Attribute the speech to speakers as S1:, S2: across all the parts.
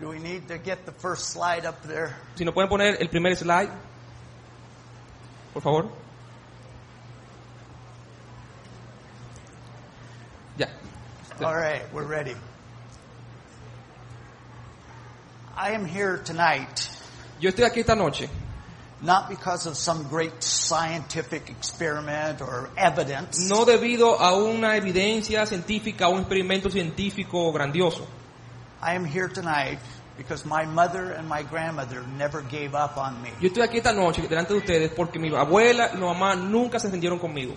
S1: Do we need to get the first slide up there?
S2: Si nos pueden poner el primer slide, por favor. Ya.
S1: All right, we're ready. I am here tonight
S2: Yo estoy aquí esta noche,
S1: not because of some great scientific experiment or evidence,
S2: no debido a una evidencia científica, a un experimento científico grandioso.
S1: I am here tonight because my mother and my grandmother never gave up on me.
S2: Yo estoy aquí esta noche delante de ustedes porque mi abuela y mi mamá nunca se rindieron conmigo.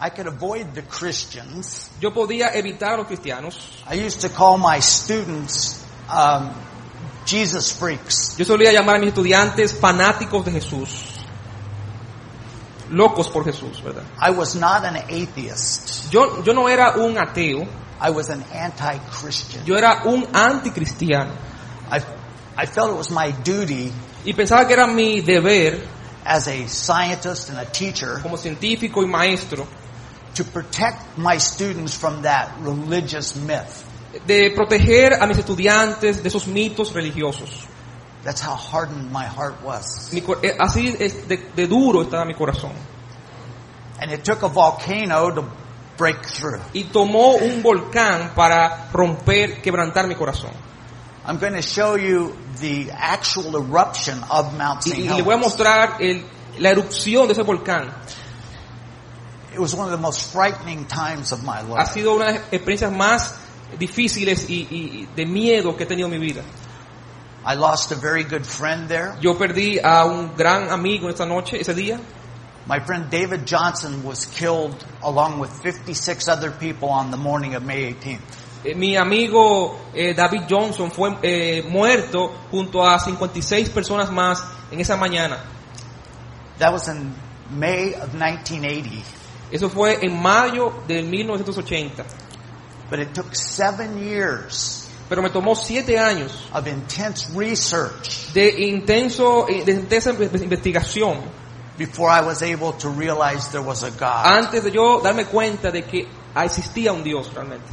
S1: I could avoid the Christians.
S2: Yo podía evitar a los cristianos.
S1: I used to call my students um, Jesus freaks.
S2: Yo solía llamar a mis estudiantes fanáticos de Jesús. Locos por Jesús, ¿verdad?
S1: I was not an atheist.
S2: Yo, yo no era un ateo,
S1: I was an anti-Christian.
S2: yo era un anticristiano.
S1: I, I felt it was my duty
S2: Y pensaba que era mi deber,
S1: as a scientist and a teacher
S2: como científico y maestro,
S1: to protect my students from that religious myth.
S2: de proteger a mis estudiantes de esos mitos religiosos.
S1: That's how hardened my heart was.
S2: Mi cor- eh, así es de, de duro estaba mi corazón.
S1: And it took a volcano to break through.
S2: Y tomó un volcán para romper, quebrantar mi corazón.
S1: I'm going to show you the actual eruption of Mount
S2: Y,
S1: St.
S2: y le voy a
S1: Helens.
S2: mostrar el- la erupción de ese volcán.
S1: It was one of the most frightening times of my
S2: Ha
S1: life.
S2: sido una de las experiencias más difíciles y, y- y de miedo que he tenido en mi vida.
S1: I lost a very good friend there.
S2: Yo perdí a un gran amigo esta noche, ese día.
S1: My friend David Johnson was killed along with 56 other people on the morning of May 18th.
S2: Eh, Mi amigo eh, David Johnson fue eh, muerto junto a 56 personas más en esa mañana.
S1: That was in May of 1980.
S2: Eso fue en mayo de 1980.
S1: But it took seven years
S2: Pero me tomó siete años
S1: of intense research
S2: de intenso eh, de intensa inve- investigación
S1: before I was able to realize there was a God.
S2: antes de yo darme cuenta de que existía un Dios realmente.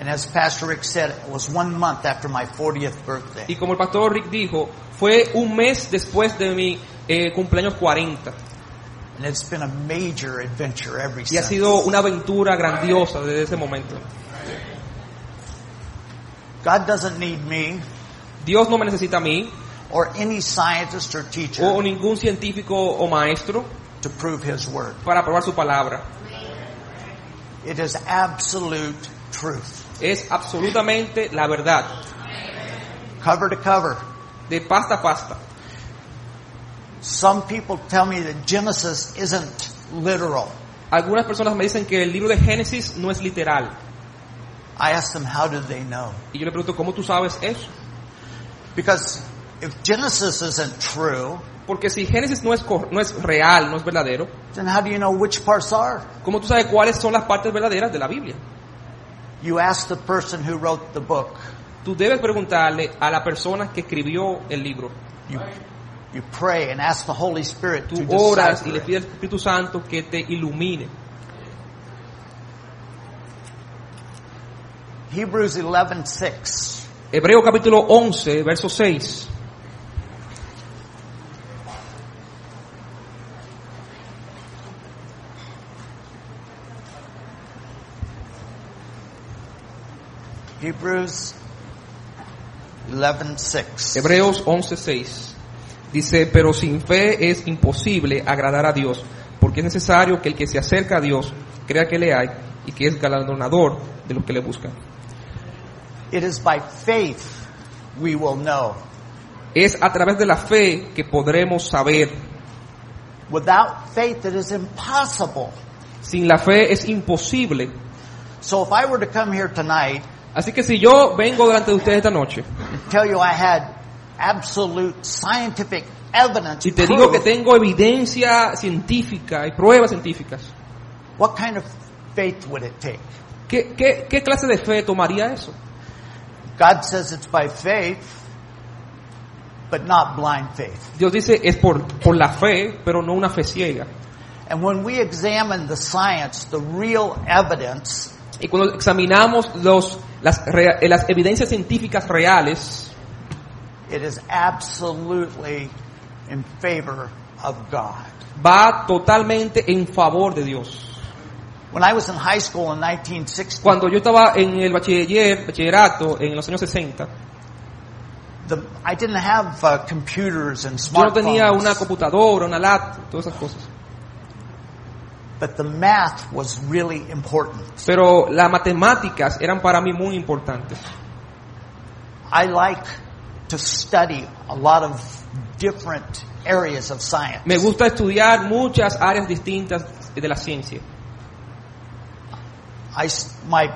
S1: And as Pastor Rick said, it was one month after my 40th
S2: Y
S1: birthday.
S2: como el pastor Rick dijo, fue un mes después de mi eh, cumpleaños 40.
S1: And it's been a major adventure ever
S2: Y ha
S1: since.
S2: sido una aventura grandiosa desde ese momento.
S1: God doesn't need me
S2: Dios no me necesita a mí
S1: or any scientist or teacher
S2: o ningún científico o maestro
S1: to prove his word.
S2: para probar su palabra.
S1: It is absolute truth.
S2: Es absolutamente la verdad,
S1: Cover to cover.
S2: de pasta a pasta.
S1: Some people tell me that Genesis isn't literal.
S2: Algunas personas me dicen que el libro de Génesis no es literal.
S1: I ask them, how do they know?
S2: Y yo le pregunto, ¿cómo tú sabes eso?
S1: Because if Genesis isn't true,
S2: Porque si Génesis no es, cor- no es real, no es verdadero,
S1: then how do you know which parts are?
S2: ¿cómo tú sabes cuáles son las partes verdaderas de la Biblia?
S1: You ask the person who wrote the book.
S2: Tú debes preguntarle a la persona que escribió el libro.
S1: You, you pray and ask the Holy Spirit
S2: Tú
S1: to
S2: oras
S1: decipher
S2: y le
S1: it.
S2: pides al Espíritu Santo que te ilumine.
S1: Hebrews 11:6.
S2: Hebreo capítulo 11, verso 6.
S1: Hebrews 11:6.
S2: Hebreos 11, 6. Dice, pero sin fe es imposible agradar a Dios, porque es necesario que el que se acerca a Dios crea que le hay y que es galardonador de los que le buscan.
S1: It is by faith we will know.
S2: Es a través de la fe que podremos saber.
S1: Without faith it is impossible.
S2: Sin la fe es imposible.
S1: So if I were to come here tonight
S2: Así que si yo vengo delante de ustedes esta noche
S1: and tell you I had absolute scientific evidence
S2: y te digo que
S1: proof,
S2: tengo evidencia científica y pruebas científicas,
S1: what kind of faith would it take?
S2: ¿qué, qué, qué clase de fe tomaría eso?
S1: God says it's by faith, but not blind faith.
S2: Dios dice es por, por la fe, pero no una fe ciega.
S1: And when we examine the science, the real evidence,
S2: Y cuando examinamos los, las, rea- eh, las evidencias científicas reales,
S1: it is absolutely in favor of God.
S2: va totalmente en favor de Dios.
S1: When I was in high school in 1960,
S2: Cuando yo estaba en el bachiller, bachillerato en los años 60,
S1: the, I didn't have uh, computers and
S2: yo no tenía una
S1: smartphones,
S2: computadora, una laptop, todas esas cosas.
S1: but the math was really important.
S2: Pero las matemáticas eran para mí muy importantes.
S1: I like to study a lot of different areas of science.
S2: Me gusta estudiar muchas áreas distintas de la ciencia.
S1: I s my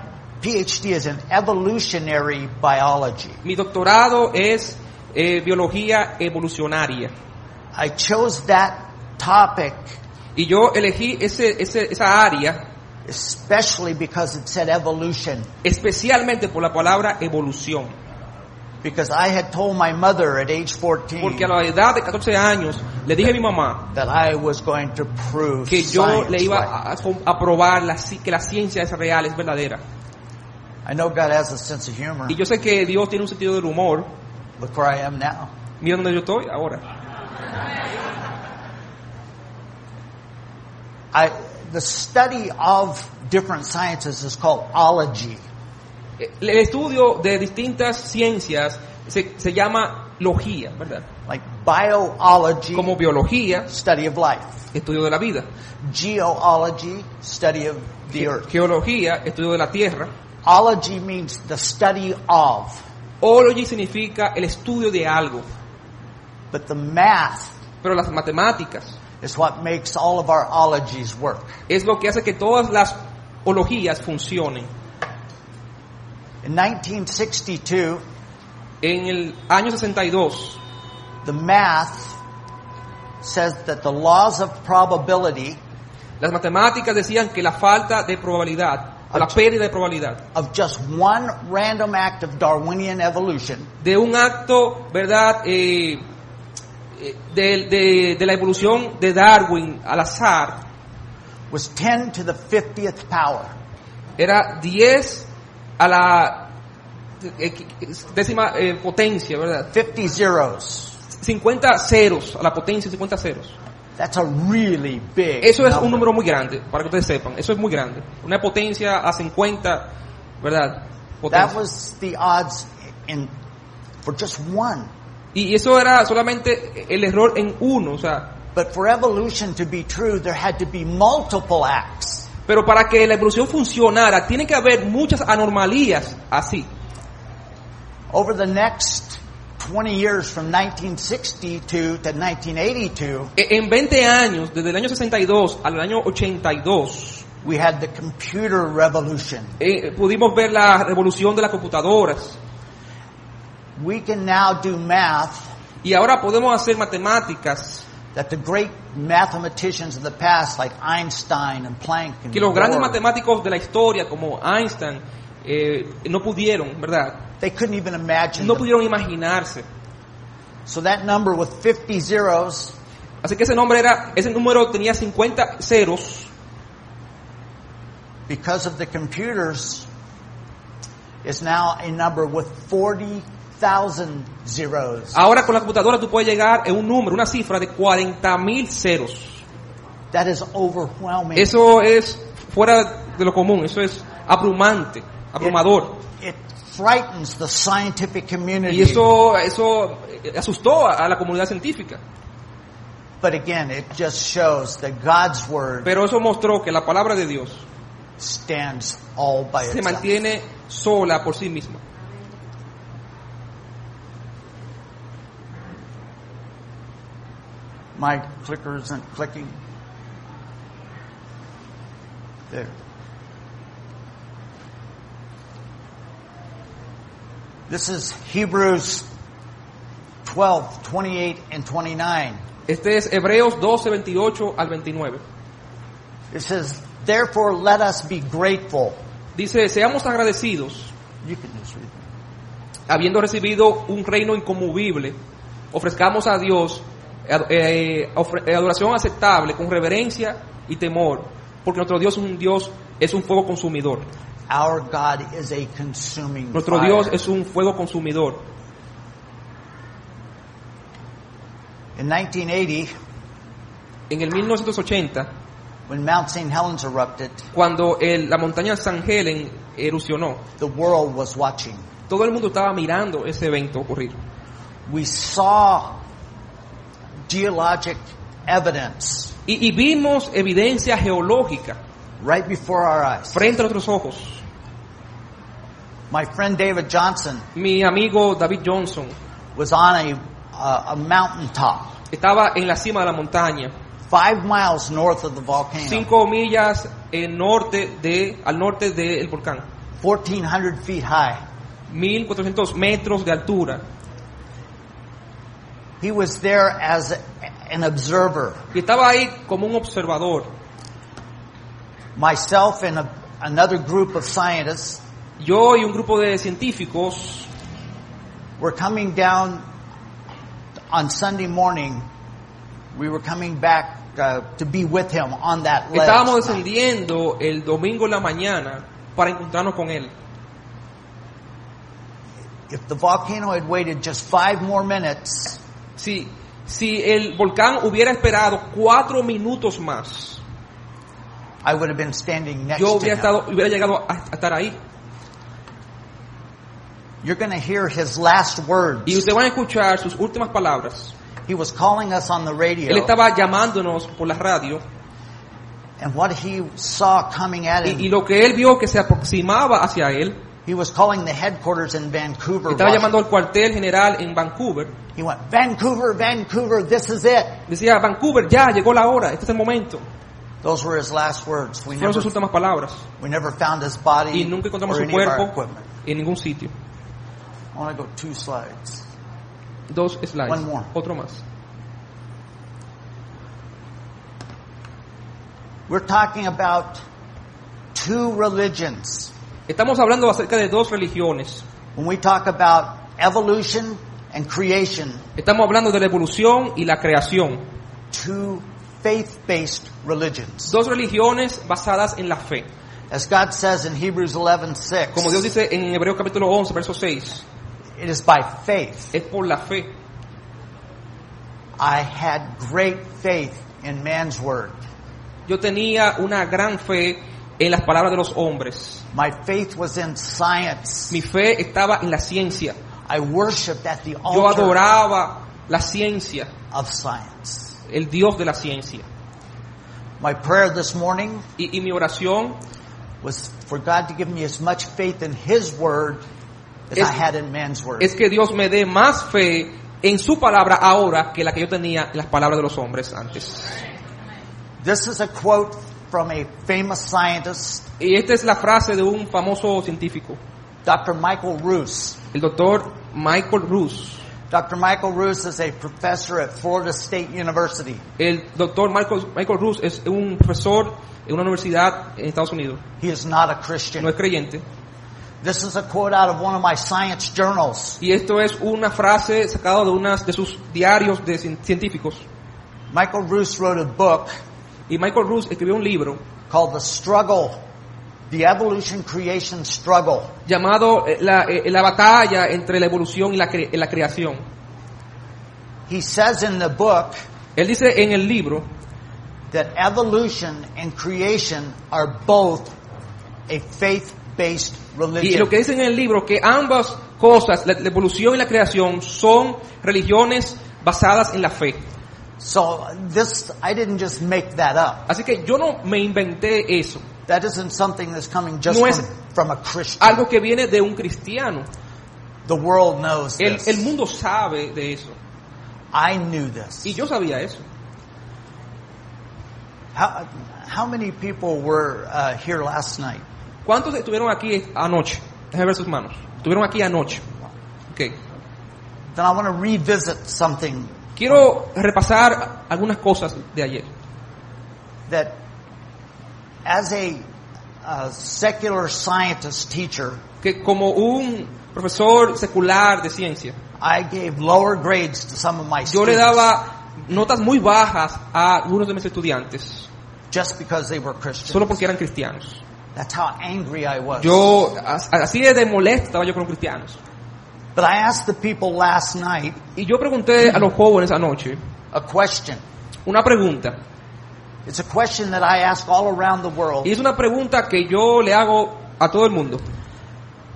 S1: PhD is in evolutionary biology.
S2: Mi doctorado es eh, biología evolucionaria.
S1: I chose that topic
S2: Y yo elegí ese, ese- esa área
S1: especially because it said evolution.
S2: especialmente por la palabra evolución.
S1: Because I had told my mother at age
S2: Porque a
S1: 14
S2: la edad de 14 años le dije a mi mamá
S1: that I was going to prove
S2: que yo
S1: science
S2: le iba
S1: right.
S2: a, a probar la ci- que la ciencia es real, es verdadera.
S1: I know God has a sense of humor.
S2: Y yo sé que Dios tiene un sentido del humor.
S1: Look where I am now.
S2: Mira donde yo estoy ahora.
S1: I, the study of different sciences is called ology.
S2: Eh, El estudio de distintas ciencias se, se llama logía, ¿verdad?
S1: Like biology,
S2: Como biología,
S1: study of life.
S2: estudio de la vida.
S1: Geology, study of the earth.
S2: Geología, estudio de la tierra.
S1: Ology means the study of.
S2: Ology significa el estudio de algo.
S1: But the math
S2: Pero las matemáticas
S1: is what makes all of our ologies work.
S2: es lo que hace que todas las ologías funcionen.
S1: In 1962,
S2: En el año 62,
S1: The math says that the laws of probability
S2: Las matemáticas decían que la falta de probabilidad, o la pérdida de probabilidad,
S1: of just one random act of Darwinian evolution
S2: de un acto, ¿verdad?, Eh, eh, de, de- de la evolución de Darwin al azar,
S1: was 10 to the 50th power.
S2: era 10 a la eh, décima eh, potencia, ¿verdad?
S1: 50 zeros.
S2: 50 ceros, a la potencia 50 ceros.
S1: That's a really big
S2: Eso es
S1: number.
S2: un número muy grande, para que ustedes sepan, eso es muy grande. Una potencia a 50, ¿verdad?
S1: That
S2: Potencia.
S1: was the odds in for just one.
S2: Y eso era solamente el error en uno, o sea,
S1: But for evolution to be true, there had to be multiple acts.
S2: Pero para que la evolución funcionara, tiene que haber muchas anomalías así.
S1: Over the next 20 years from 1962 to 1982,
S2: E- En 20 años, desde el año 62 al año 82,
S1: we had the computer revolution.
S2: eh, pudimos ver la revolución de las computadoras.
S1: We can now do math
S2: Y ahora podemos hacer matemáticas
S1: that the great mathematicians of the past, like Einstein and Planck, and
S2: que los grandes
S1: Bohr,
S2: matemáticos de la historia, como Einstein, eh, no pudieron, ¿verdad?
S1: they couldn't even imagine.
S2: No
S1: them.
S2: pudieron imaginarse.
S1: So that number with 50 zeros
S2: Así que ese nombre era, ese número tenía 50 ceros
S1: because of the computers is now a number with 40,000 zeros.
S2: Ahora con la computadora tú puedes llegar a un número, una cifra de 40.000 ceros.
S1: That is overwhelming.
S2: Eso es fuera de lo común, eso es abrumante, abrumador.
S1: It frightens the scientific
S2: Y
S1: community.
S2: eso, eso eh, asustó a la comunidad científica.
S1: But again, it just shows that God's word
S2: Pero eso mostró que la palabra de Dios
S1: stands all by
S2: se
S1: itself.
S2: mantiene sola por sí misma.
S1: My clicker isn't clicking. There. This is Hebrews 12, 28 and 29.
S2: Este es Hebreos 12, 28 al 29.
S1: It says, therefore let us be grateful.
S2: Dice, seamos agradecidos
S1: You can just read it.
S2: habiendo recibido un reino inconmovible, ofrezcamos a Dios eh, eh, ofre- eh, adoración aceptable con reverencia y temor, porque nuestro Dios es un Dios, es un fuego consumidor.
S1: Our God is a consuming
S2: Nuestro
S1: fire.
S2: Dios es un fuego consumidor.
S1: In 1980,
S2: En el 1980,
S1: when Mount St. Helens erupted,
S2: cuando el- la montaña San Helen erosionó,
S1: the world was watching.
S2: todo el mundo estaba mirando ese evento ocurrir.
S1: We saw geologic evidence
S2: Y, y vimos evidencia geológica
S1: right before our eyes.
S2: frente a nuestros ojos.
S1: My friend David Johnson
S2: Mi amigo David Johnson
S1: was on a, uh, a mountaintop
S2: estaba en la cima de la montaña,
S1: five miles north of the volcano,
S2: cinco millas en norte de, al norte del volcán,
S1: 1,400 feet high.
S2: 1400 metros de altura.
S1: He was there as a- an observer.
S2: Y estaba ahí como un observador.
S1: Myself and a, another group of scientists
S2: Yo y un grupo de científicos
S1: were coming down on Sunday morning. We were coming back uh, to be with him on that
S2: estábamos
S1: ledge.
S2: descendiendo el domingo en la mañana para encontrarnos con él.
S1: If the volcano had waited just five more minutes,
S2: Si, si el volcán hubiera esperado cuatro minutos más,
S1: I would have been standing next
S2: yo
S1: to
S2: hubiera,
S1: him.
S2: estado, hubiera llegado a, a estar ahí.
S1: You're going to hear his last words.
S2: Y ustedes van a escuchar sus últimas palabras.
S1: He was calling us on the radio,
S2: Él estaba llamándonos por la radio
S1: and what he saw coming at him,
S2: y, y lo que él vio que se aproximaba hacia él,
S1: he was calling the headquarters in Vancouver.
S2: estaba
S1: Washington.
S2: llamando al cuartel general en Vancouver,
S1: He went, Vancouver, Vancouver, this is it.
S2: decía, Vancouver, ya llegó la hora, este es el momento.
S1: Those were his last words. We
S2: Fueron
S1: never,
S2: sus últimas palabras
S1: we never found his body
S2: y nunca encontramos
S1: or
S2: su
S1: any of our
S2: cuerpo
S1: equipment.
S2: en ningún sitio.
S1: I want to go two slides.
S2: Dos slides,
S1: One more.
S2: otro más.
S1: We're talking about two religions.
S2: Estamos hablando acerca de dos religiones.
S1: When we talk about evolution and creation,
S2: Estamos hablando de la evolución y la creación.
S1: two faith-based religions.
S2: Dos religiones basadas en la fe.
S1: As God says in Hebrews 11:6,
S2: Como Dios dice en Hebreos capítulo 11, verso 6,
S1: it is by faith.
S2: es por la fe.
S1: I had great faith in man's word.
S2: Yo tenía una gran fe en las palabras de los hombres.
S1: My faith was in science.
S2: Mi fe estaba en la ciencia.
S1: I worshiped at the
S2: Yo
S1: altar
S2: adoraba la ciencia,
S1: of science.
S2: el Dios de la ciencia.
S1: My prayer this morning
S2: Y, y mi oración
S1: was for God to give me as much faith in His Word as
S2: Es-
S1: I had in man's Word.
S2: es que Dios me dé más fe en su palabra ahora que la que yo tenía en las palabras de los hombres antes.
S1: This is a quote from a famous scientist,
S2: Y esta es la frase de un famoso científico,
S1: Dr. Michael Roos.
S2: el doctor Michael Roos.
S1: Dr. Michael Roos is a professor at Florida State University.
S2: El doctor Michael, Michael Roos es un profesor en una universidad en Estados Unidos.
S1: He is not a
S2: No
S1: Christian.
S2: es creyente.
S1: This is a quote out of one of my science journals.
S2: Y esto es una frase sacada de unas de sus diarios de cien- científicos.
S1: Michael Roos wrote a book
S2: Y Michael Roos escribió un libro
S1: called The Struggle, The Evolution Creation Struggle.
S2: llamado eh, La, eh, la batalla entre la evolución y la, cre- la creación.
S1: He says in the book
S2: Él dice en el libro
S1: that evolution and creation are both a faith-based
S2: Y lo
S1: religion.
S2: que dice en el libro que ambas cosas, la, la evolución y la creación, son religiones basadas en la fe.
S1: So this, I didn't just make that up.
S2: Así que yo no me inventé eso.
S1: That isn't something that's coming just
S2: No es-
S1: from, from a Christian.
S2: Algo que viene de un cristiano.
S1: the world knows
S2: El,
S1: this.
S2: el mundo sabe de eso.
S1: I knew this.
S2: Y yo sabía eso.
S1: How, how many people were uh, here last night?
S2: ¿Cuántos estuvieron aquí anoche? Déjenme ver sus manos. Estuvieron aquí anoche. Ok.
S1: Then I want to revisit something
S2: Quiero repasar algunas cosas de ayer.
S1: that, as a, uh secular scientist teacher,
S2: Que como un profesor secular de ciencia,
S1: I gave lower grades to some of my
S2: yo
S1: students
S2: le daba notas muy bajas a algunos de mis estudiantes.
S1: just because they were Christians.
S2: solo porque eran cristianos.
S1: That's how angry I was.
S2: Yo, as- así de molesto estaba yo con los cristianos.
S1: But I asked the people last night
S2: Y yo pregunté a los jóvenes anoche
S1: a question.
S2: una pregunta.
S1: It's a question that I ask all around the world,
S2: Y es una pregunta que yo le hago a todo el mundo.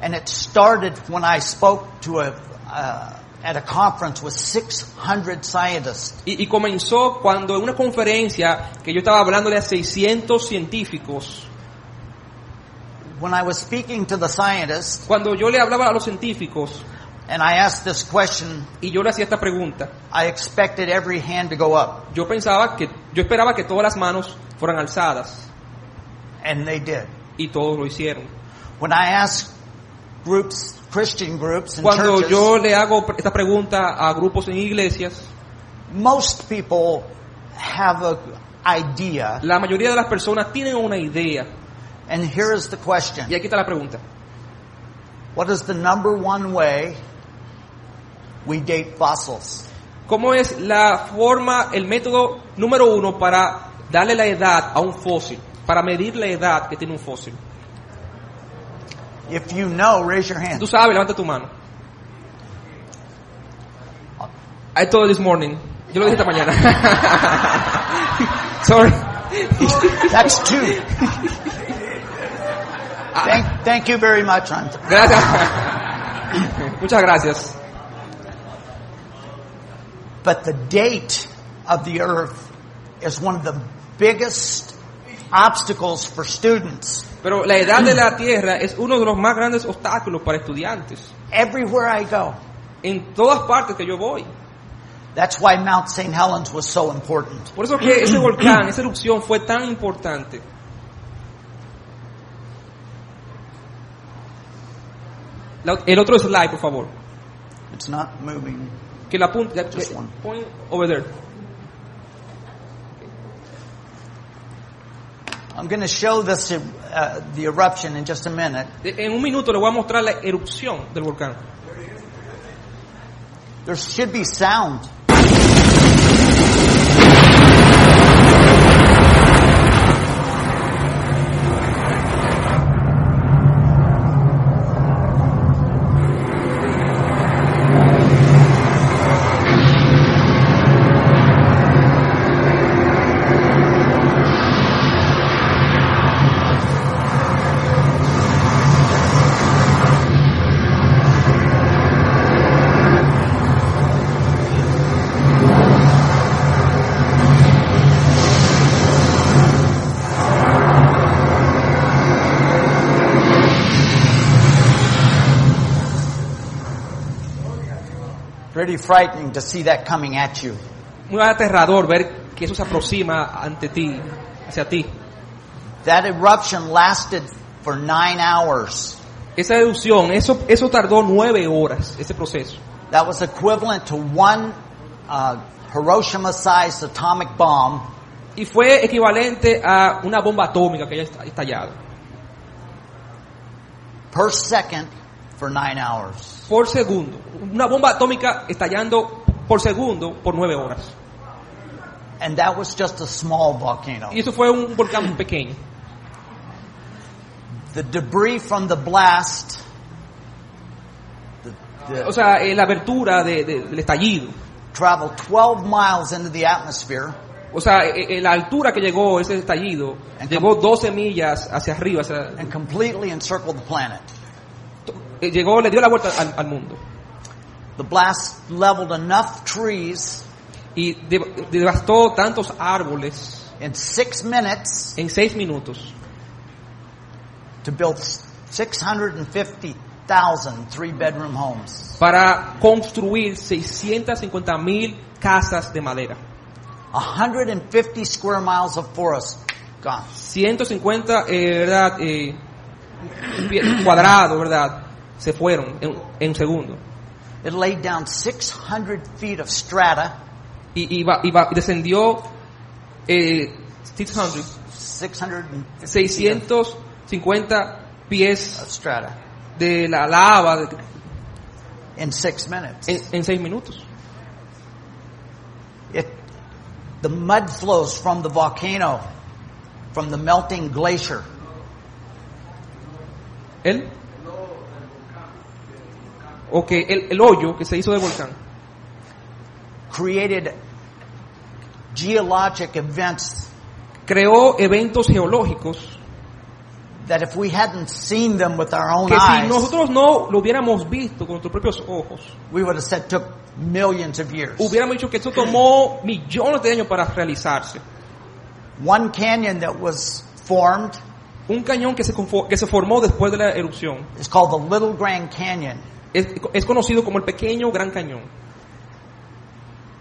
S1: and it started when I spoke to a uh, at a conference with 600 scientists.
S2: Y, y comenzó cuando en una conferencia que yo estaba hablándole a 600 científicos,
S1: When I was speaking to the scientists,
S2: cuando yo le hablaba a los científicos
S1: and I asked this question,
S2: y yo le hacía esta pregunta,
S1: I expected every hand to go up,
S2: yo pensaba que, yo esperaba que todas las manos fueran alzadas
S1: and they did.
S2: y todos lo hicieron.
S1: When I asked groups, Christian groups and
S2: Cuando
S1: churches,
S2: yo le hago pre- esta pregunta a grupos en iglesias,
S1: most people have a idea,
S2: la mayoría de las personas tienen una idea.
S1: and here is the question.
S2: Y aquí está la pregunta.
S1: What is the number one way we date fossils?
S2: ¿Cómo es la forma, el método número uno para darle la edad a un fósil? Para medir la edad que tiene un fósil.
S1: If you know, raise your
S2: Tú
S1: hand.
S2: sabes, levanta tu mano. I told this morning. Yo lo dije esta mañana. Sorry.
S1: That's two. Thank, thank you very much. I'm-
S2: Gracias. Muchas gracias.
S1: But the date of the Earth is one of the biggest obstacles for students.
S2: Pero la edad de la Tierra es uno de los más grandes obstáculos para estudiantes.
S1: Everywhere I go,
S2: En todas partes que yo voy.
S1: that's why Mount St. Helens was so important.
S2: Por eso que ese volcán, esa erupción fue tan importante. La- el otro slide, por favor.
S1: It's not moving.
S2: Que la punta. que-
S1: Just one.
S2: Point over there.
S1: I'm going to show this, uh, the eruption in just a minute.
S2: De- En un minuto le voy a mostrar la erupción del volcán.
S1: There should be sound. Pretty frightening to see that coming at you.
S2: Muy aterrador ver que eso se aproxima ante ti, hacia ti.
S1: That eruption lasted for nine hours.
S2: Esa erupción, eso, eso tardó nueve horas, ese proceso.
S1: That was equivalent to one uh, Hiroshima-sized atomic bomb
S2: Y fue equivalente a una bomba atómica que haya est- estallado.
S1: per second for nine hours.
S2: por segundo. Una bomba atómica estallando por segundo por nueve horas.
S1: And that was just a small volcano.
S2: Y eso fue un volcán pequeño.
S1: The debris from the blast, the,
S2: O
S1: the,
S2: sea, eh, la abertura de- de- del estallido.
S1: traveled 12 miles into the atmosphere
S2: O sea, eh, eh, la altura que llegó ese estallido llegó 12 millas hacia arriba. o sea,
S1: and completely encircled the planet.
S2: to- eh, llegó, le dio la vuelta al, al mundo.
S1: The blast leveled enough trees
S2: Y de- devastó tantos árboles
S1: in six minutes
S2: en seis minutos
S1: to build 650,000 three-bedroom homes.
S2: para construir 650 mil casas de madera.
S1: 150 square miles of forest gone.
S2: 150, eh, ¿verdad? Eh, pie- cuadrado, ¿verdad? Se fueron en, en un segundo.
S1: It laid down 600 feet of strata,
S2: Y, y, va- y va- y descendió eh, 600,
S1: 650 feet
S2: 650 pies
S1: of strata
S2: de la lava de-
S1: in six minutes.
S2: en, en seis minutos.
S1: It, the mud flows from the volcano, from the melting glacier,
S2: ¿El? Ok, el, el hoyo que se hizo del volcán
S1: created geologic events
S2: creó eventos geológicos
S1: that if we hadn't seen them with our own
S2: que si
S1: eyes,
S2: nosotros no lo hubiéramos visto con nuestros propios ojos,
S1: we would have said took millions of years.
S2: hubiéramos Pues, dicho que esto tomó millones de años para realizarse.
S1: One canyon that was formed
S2: Un cañón que se, confo- que se formó después de la erupción
S1: is called the Little Grand Canyon.
S2: es, es conocido como el pequeño Gran Cañón.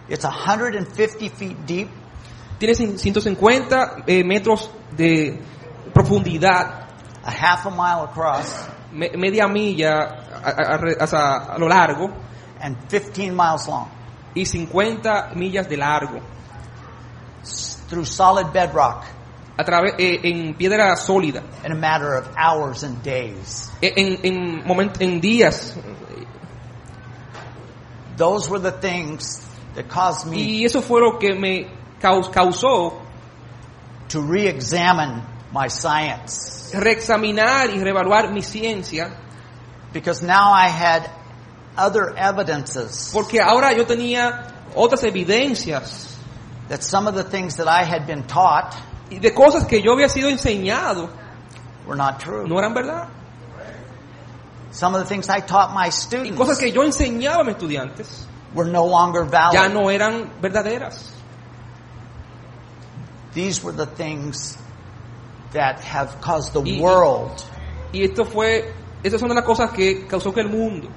S1: It's 150 feet deep,
S2: Tiene cin- 150 eh, metros de profundidad,
S1: a half a mile across,
S2: me- media milla a, a- a- re- hasta a lo largo
S1: and 15 miles long
S2: y 50 millas de largo,
S1: through solid bedrock
S2: a través, eh, en piedra sólida. e,
S1: in a matter of hours and days.
S2: en, en, moment- en días.
S1: Those were the things that caused me
S2: Y eso fue lo que me caus- causó
S1: to re-examine my science
S2: reexaminar y reevaluar mi ciencia,
S1: because now I had other evidences
S2: porque ahora yo tenía otras evidencias
S1: that some of the things that I had been taught
S2: y de cosas que yo había sido enseñado
S1: were not true.
S2: no eran verdad.
S1: Some of the things I taught my
S2: Y
S1: students
S2: cosas que yo enseñaba a mis estudiantes
S1: were no longer
S2: ya
S1: valid.
S2: no eran verdaderas.
S1: These were the things that have caused the
S2: Y- y-
S1: world
S2: Y esto fue, esas son las cosas que causó que el mundo,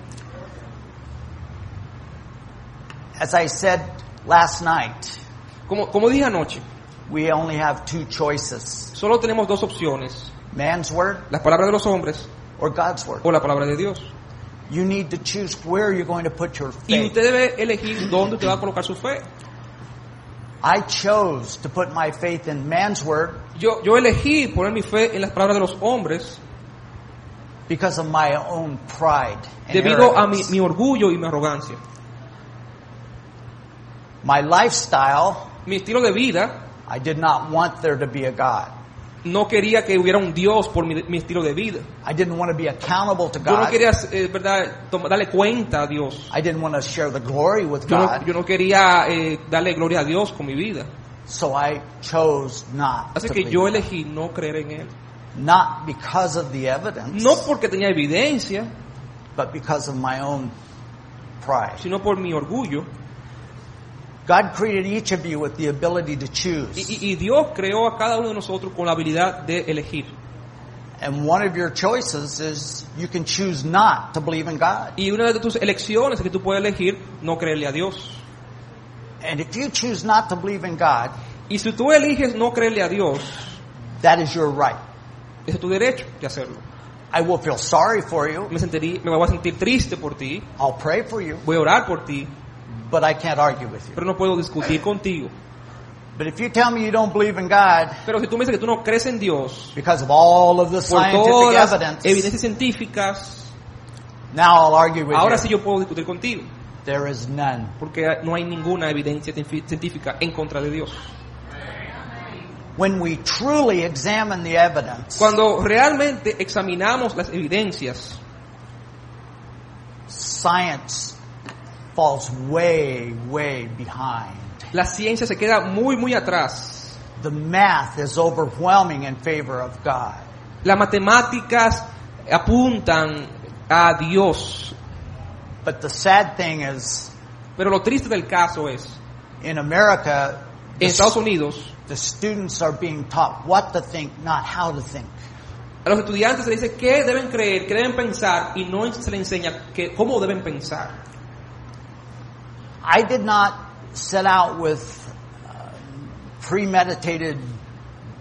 S1: As I said last night,
S2: como, como dije anoche,
S1: we only have two choices
S2: solo tenemos dos opciones,
S1: man's word
S2: las palabras de los hombres
S1: or God's word.
S2: o la palabra de Dios.
S1: You need to choose where you're going to put your
S2: Y
S1: faith.
S2: usted debe elegir dónde usted va a colocar su fe.
S1: I chose to put my faith in man's word
S2: Yo, yo elegí poner mi fe en las palabras de los hombres
S1: because of my own pride and
S2: debido a mi,
S1: arrogance.
S2: mi orgullo y mi arrogancia.
S1: my lifestyle.
S2: Mi estilo de vida
S1: I did not want there to be a God.
S2: no quería que hubiera un Dios por mi, mi estilo de vida.
S1: I didn't want to be accountable to
S2: Yo no
S1: God.
S2: quería, eh, verdad, tom- darle cuenta a Dios.
S1: I didn't want to share the glory with
S2: Yo no,
S1: God.
S2: yo no quería eh, darle gloria a Dios con mi vida.
S1: So I chose not
S2: Así
S1: to
S2: que
S1: believe.
S2: yo elegí no creer en Él.
S1: not because of the evidence,
S2: No porque tenía evidencia,
S1: but because of my own pride.
S2: sino por mi orgullo.
S1: God created each of you with the ability to
S2: Y,
S1: choose.
S2: y- y Dios creó a cada uno de nosotros con la habilidad de elegir.
S1: And one of your choices is you can choose not to believe in God.
S2: Y una de tus elecciones es que tú puedes elegir no creerle a Dios.
S1: And if you choose not to believe in God,
S2: Y si tú eliges no creerle a Dios,
S1: that is your right.
S2: ese es tu derecho de hacerlo.
S1: I will feel sorry for you.
S2: Me, sentirí, me voy a sentir triste por ti,
S1: I'll pray for you,
S2: voy a orar por ti,
S1: but I can't argue with you.
S2: pero no puedo discutir contigo.
S1: But if you tell me you don't believe in God
S2: Pero si tú me dices que tú no crees en Dios,
S1: because of all of the
S2: por
S1: scientific
S2: todas las
S1: evidence,
S2: evidencias científicas,
S1: now I'll argue with
S2: ahora
S1: you.
S2: sí yo puedo discutir contigo,
S1: There is none.
S2: porque no hay ninguna evidencia cienfi- científica en contra de Dios.
S1: When we truly examine the evidence,
S2: Cuando realmente examinamos las evidencias,
S1: science falls way, way behind.
S2: la ciencia se queda muy, muy atrás.
S1: The math is overwhelming in favor of God.
S2: Las matemáticas apuntan a Dios,
S1: But the sad thing is,
S2: pero lo triste del caso es,
S1: in America,
S2: en Estados Unidos,
S1: the students are being taught what to think, not how to think.
S2: a los estudiantes se les dice qué deben creer, qué deben pensar, y no se les enseña que, cómo deben pensar.
S1: I did not set out with uh, premeditated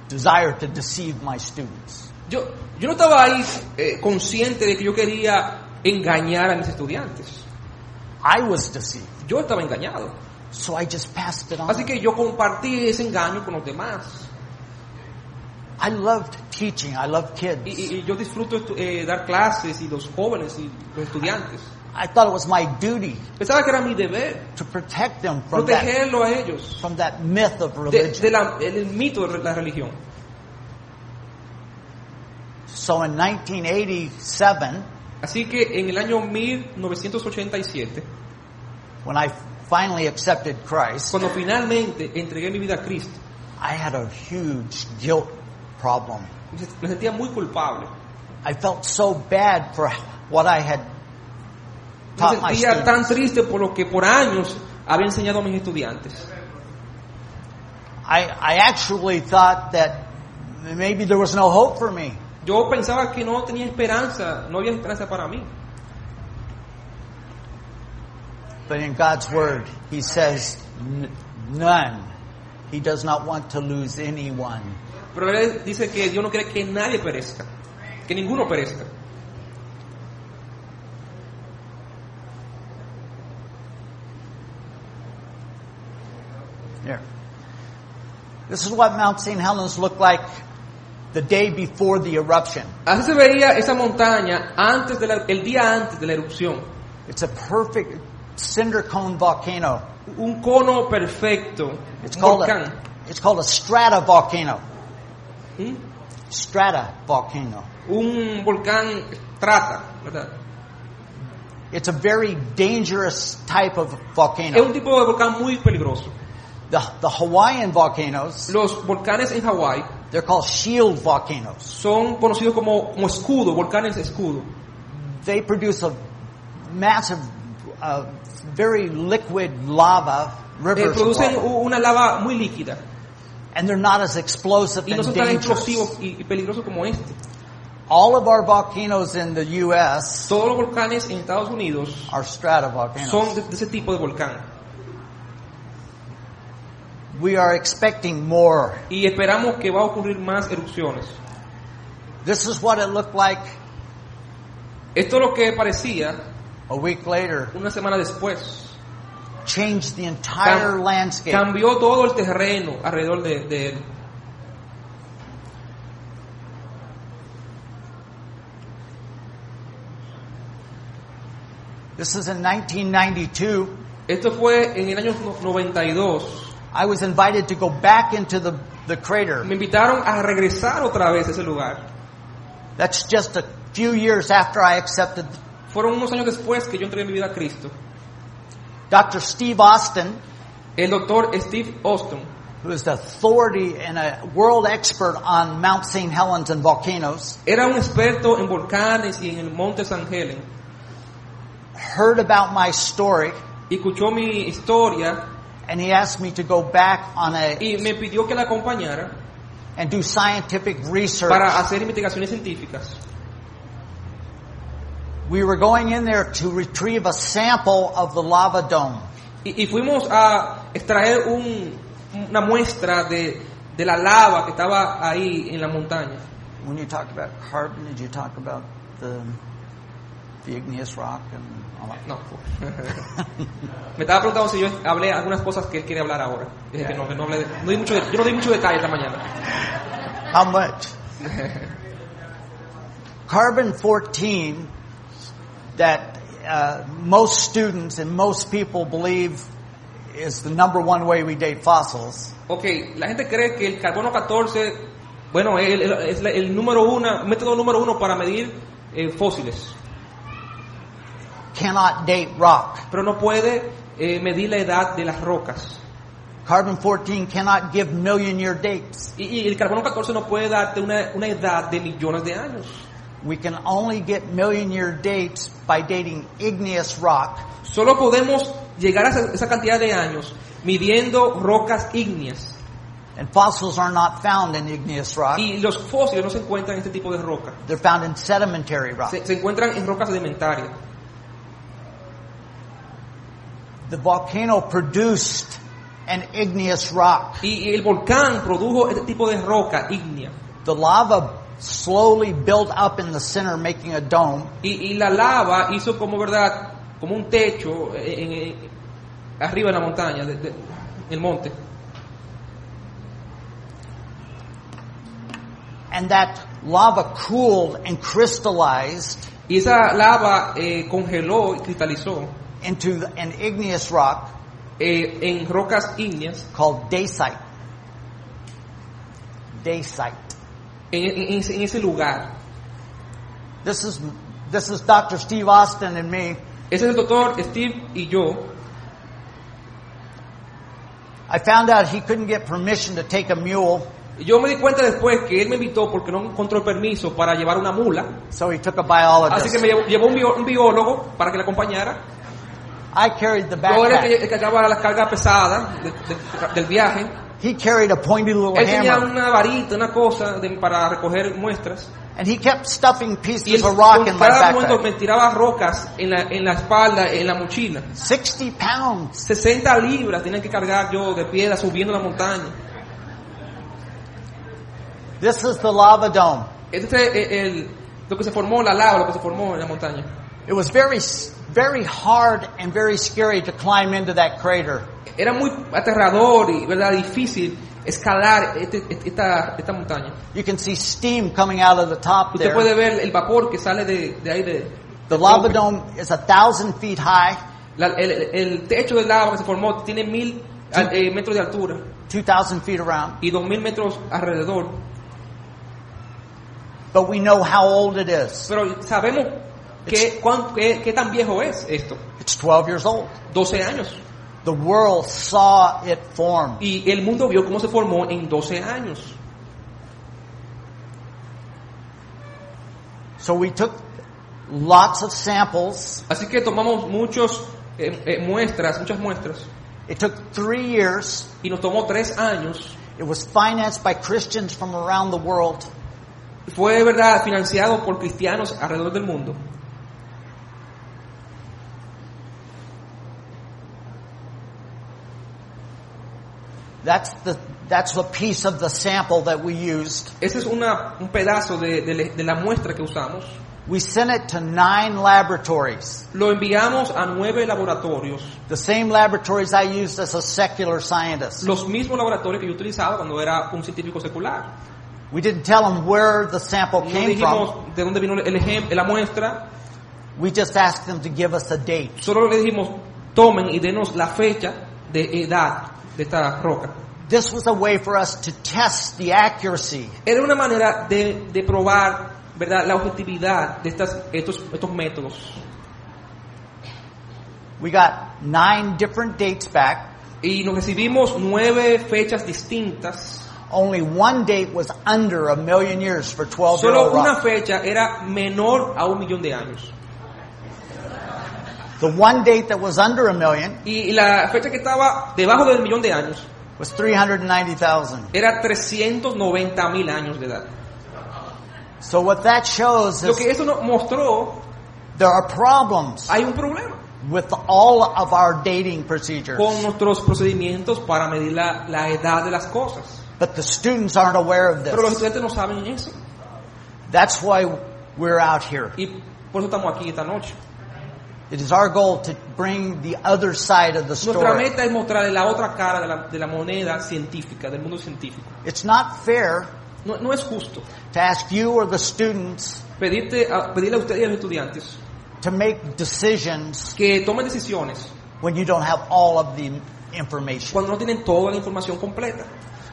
S1: desire to deceive my students.
S2: Yo, yo no estaba ahí eh, consciente de que yo quería engañar a mis estudiantes.
S1: I was deceived,
S2: Yo estaba engañado.
S1: so I just passed it on.
S2: Así que yo compartí ese engaño con los demás.
S1: I loved teaching. I loved kids.
S2: Y, y- y yo disfruto estu- eh, dar clases y los jóvenes y los estudiantes.
S1: I thought it was my duty
S2: Pensaba que era mi deber
S1: to protect them from that
S2: protegerlo a ellos
S1: from that myth of
S2: de-
S1: religion.
S2: de la- del mito de la religión.
S1: So in 1987,
S2: Así que en el año 1987,
S1: when I finally accepted Christ,
S2: cuando finalmente entregué mi vida a Cristo,
S1: I had a huge guilt problem.
S2: me sentía muy culpable.
S1: I felt so bad for what I had
S2: Me
S1: taught my
S2: sentía
S1: students.
S2: tan triste por lo que por años había enseñado a mis estudiantes.
S1: I, I actually thought that maybe there was no hope for me.
S2: Yo pensaba que no tenía esperanza, no había esperanza para mí.
S1: But in God's Word, He says n- none. He does not want to lose anyone.
S2: Pero él dice que Dios no quiere que nadie perezca, que ninguno perezca.
S1: Here. This is what Mount St. Helens looked like the day before the eruption.
S2: Así se veía esa montaña antes de la- el día antes de la erupción.
S1: It's a perfect cinder cone volcano.
S2: Un cono perfecto,
S1: It's
S2: un
S1: called
S2: volcán.
S1: a, it's called a strata volcano.
S2: ¿Mm?
S1: Strata volcano.
S2: Un volcán trata, ¿verdad?
S1: It's a very dangerous type of
S2: Es un
S1: volcano.
S2: tipo de volcán muy peligroso.
S1: The, the Hawaiian volcanoes,
S2: Los volcanes en Hawái
S1: they're called shield volcanoes.
S2: son conocidos como, como escudo, volcanes escudo.
S1: They produce a massive, uh, very liquid lava,
S2: Eh,
S1: rivers, of
S2: producen
S1: lava.
S2: u- una lava muy líquida
S1: and they're not as explosive
S2: y no
S1: and
S2: son tan
S1: dangerous.
S2: explosivos y, y peligrosos como este.
S1: All of our volcanoes in the U.S.
S2: Todos los volcanes en Estados Unidos
S1: are strata volcanoes.
S2: son de, de ese tipo de volcán
S1: we are expecting more.
S2: y esperamos que va a ocurrir más erupciones.
S1: This is what it looked like
S2: Esto es lo que parecía
S1: a week later.
S2: una semana después.
S1: Changed the entire
S2: Cam-
S1: landscape.
S2: Cambió todo el terreno alrededor de, de él.
S1: This is in 1992.
S2: Esto fue en el año no- 92.
S1: I was invited to go back into the, the crater.
S2: Me invitaron a regresar otra vez a ese lugar.
S1: That's just a few years after I accepted.
S2: Fueron unos años después que yo entregué mi vida a Cristo.
S1: Dr. Steve Austin,
S2: El doctor Steve Austin,
S1: who is the authority and a world expert on Mount St. Helens and volcanoes,
S2: era un experto en volcanes y en el monte San Helen.
S1: heard about my story
S2: Y escuchó mi historia
S1: and he asked me to go back on a
S2: y me pidió que la acompañara
S1: and do scientific research.
S2: para hacer investigaciones científicas.
S1: We were going in there to retrieve a sample of the lava dome.
S2: Y, y fuimos a extraer un- una muestra de, de la lava que estaba ahí en la montaña.
S1: When you talked about carbon, did you talk about the, the igneous rock and all that?
S2: No. Me estaba preguntando si yo hablé algunas cosas que él quiere hablar ahora. Dije que no, que no hablé de- no di mucho de- yo no di mucho detalle esta mañana.
S1: How much? Carbon 14 that uh, most students and most people believe is the number one way we date fossils
S2: Ok, la gente cree que el carbono 14, bueno, el- el- es la- el número uno, método número uno para medir eh, fósiles.
S1: cannot date rock.
S2: Pero no puede eh, medir la edad de las rocas.
S1: Carbon 14 cannot give million year dates.
S2: Y, y el carbono 14 no puede darte una, una edad de millones de años.
S1: We can only get million year dates by dating igneous rock
S2: Solo podemos llegar a esa, esa cantidad de años midiendo rocas ígneas.
S1: and fossils are not found in igneous rock.
S2: Y los fósiles no se encuentran en este tipo de roca.
S1: They're found in sedimentary rock.
S2: Se, se encuentran en rocas sedimentarias.
S1: The volcano produced an igneous rock.
S2: Y, y el volcán produjo este tipo de roca ígnea.
S1: The lava slowly built up in the center, making a dome.
S2: Y, y la lava hizo como, ¿verdad? Como un techo eh, en- en- arriba en la montaña, de- de- el monte.
S1: And that lava cooled and crystallized
S2: Y esa lava eh, congeló y cristalizó
S1: into an igneous rock
S2: eh, en rocas ígneas,
S1: called dacite. Dacite.
S2: en- en- en ese- en ese lugar.
S1: This is, this is Dr. Steve Austin and me.
S2: Ese es el doctor Steve y yo.
S1: I found out he couldn't get permission to take a mule,
S2: Y Yo me di cuenta después que él me invitó porque no encontró el permiso para llevar una mula.
S1: so he took a
S2: Así que
S1: biologist.
S2: me llevó, llevó un, bio- un biólogo para que la acompañara.
S1: I carried the
S2: Yo era el que,
S1: backpack.
S2: el que cargaba las cargas pesadas de- de- del viaje.
S1: He carried a pointy little
S2: Él tenía
S1: hammer.
S2: una varita, una cosa de- para recoger muestras.
S1: And he kept stuffing
S2: Y él
S1: pieces of rock in
S2: con
S1: my
S2: cada momento
S1: backpack.
S2: me tiraba rocas en la, en la espalda, en la mochila.
S1: 60 pounds.
S2: 60 libras tenía que cargar yo de piedra subiendo la montaña.
S1: This is the lava dome.
S2: Este es el- el- lo que se formó, la lava, lo que se formó en la montaña.
S1: It was very, s- very hard and very scary to climb into that crater.
S2: Era muy aterrador y ¿verdad? difícil escalar este- este- esta, esta montaña.
S1: You can see steam coming out of the top
S2: Usted puede
S1: there.
S2: ver el vapor que sale de, de ahí de...
S1: The lava dome is a thousand feet high,
S2: La- el, el techo de lava que se formó tiene mil ah, eh, metros de altura
S1: two thousand feet around.
S2: y dos mil metros alrededor.
S1: But we know how old it is.
S2: Pero sabemos que, cuán, qué, qué tan viejo es esto.
S1: It's twelve years old.
S2: 12 años.
S1: The world saw it form.
S2: Y el mundo vio cómo se formó en 12 años.
S1: So we took lots of samples.
S2: Así que tomamos muchas muestras, muchas muestras.
S1: It took three years.
S2: Y nos tomó tres años.
S1: It was financed by Christians from around the world.
S2: Fue, verdad, financiado por cristianos alrededor del mundo.
S1: That's the, that's the piece of the sample that we used.
S2: Ese es una, un pedazo de, de la- de la muestra que usamos.
S1: We sent it to nine laboratories,
S2: Lo enviamos a nueve laboratorios.
S1: the same laboratories I used as a secular scientist.
S2: Los mismos laboratorios que yo utilizaba cuando era un científico secular.
S1: We didn't tell them where the sample
S2: No
S1: came from.
S2: dijimos de dónde vino el ejem- la muestra.
S1: We just asked them to give us a date.
S2: Solo le dijimos, tomen y denos la fecha de edad de esta roca.
S1: This was a way for us to test the accuracy
S2: Era una manera de, de probar ¿verdad? la objetividad de estas, estos, estos métodos.
S1: We got nine different dates back.
S2: Y nos recibimos nueve fechas distintas.
S1: Only one date was under a million years for 12 year
S2: Solo
S1: old
S2: una
S1: rock.
S2: fecha era menor a un millón de años.
S1: The one date that was under a million
S2: Y la fecha que estaba debajo del millón de años
S1: was 390,000.
S2: era 390 mil años de edad.
S1: So what that shows
S2: Lo
S1: is
S2: que eso nos mostró,
S1: there are problems
S2: hay un problema
S1: with all of our dating procedures.
S2: con nuestros procedimientos para medir la, la edad de las cosas.
S1: But the students aren't aware of
S2: Pero los
S1: this.
S2: estudiantes no saben eso.
S1: That's why we're out here.
S2: Y por eso estamos aquí esta noche.
S1: It is our goal to bring the other side of the
S2: Nuestra
S1: story.
S2: meta es mostrarle la otra cara de la, de la moneda científica, del mundo científico.
S1: It's not fair
S2: No, no es justo
S1: to ask you or the students
S2: pedirte a- pedirle a ustedes y a los estudiantes
S1: to make decisions
S2: que tomen decisiones
S1: when you don't have all of the information.
S2: cuando no tienen toda la información completa.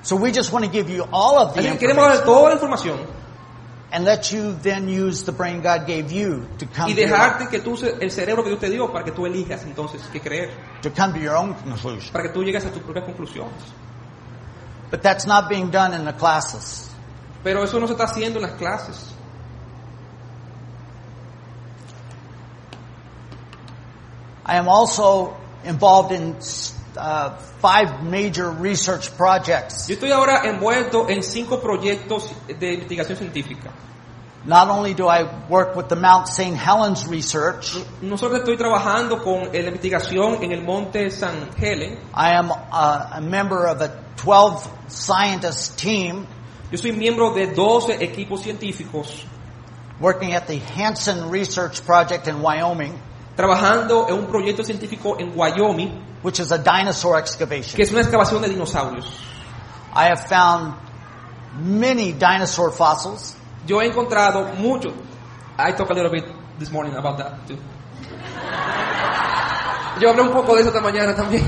S1: So we just want to give you all of the
S2: Así que queremos
S1: information
S2: dar toda la información
S1: and let you then use the brain God gave you to come
S2: y
S1: to your,
S2: dejarte que tú, se- el cerebro que Dios te dio, para que tú elijas entonces qué creer,
S1: to come to your own conclusion.
S2: para que tú llegues a tus propias conclusiones.
S1: But that's not being done in the classes.
S2: Pero eso no se está haciendo en las clases.
S1: I am also involved in uh, five major research projects,
S2: Yo estoy ahora envuelto en cinco proyectos de investigación científica.
S1: Not only do I work with the Mount St. Helens research,
S2: Nosotros estoy trabajando con eh, la investigación en el monte San Helen.
S1: I am uh, a member of a 12 scientist team
S2: Yo soy miembro de 12 equipos científicos
S1: working at the Hansen Research Project in Wyoming,
S2: trabajando en un proyecto científico en Wyoming
S1: which is a dinosaur
S2: que
S1: excavation.
S2: es una excavación de dinosaurios.
S1: I have found many dinosaur fossils,
S2: Yo he encontrado muchos. I talked a little bit this morning about that too. Yo hablé un poco de eso esta mañana también.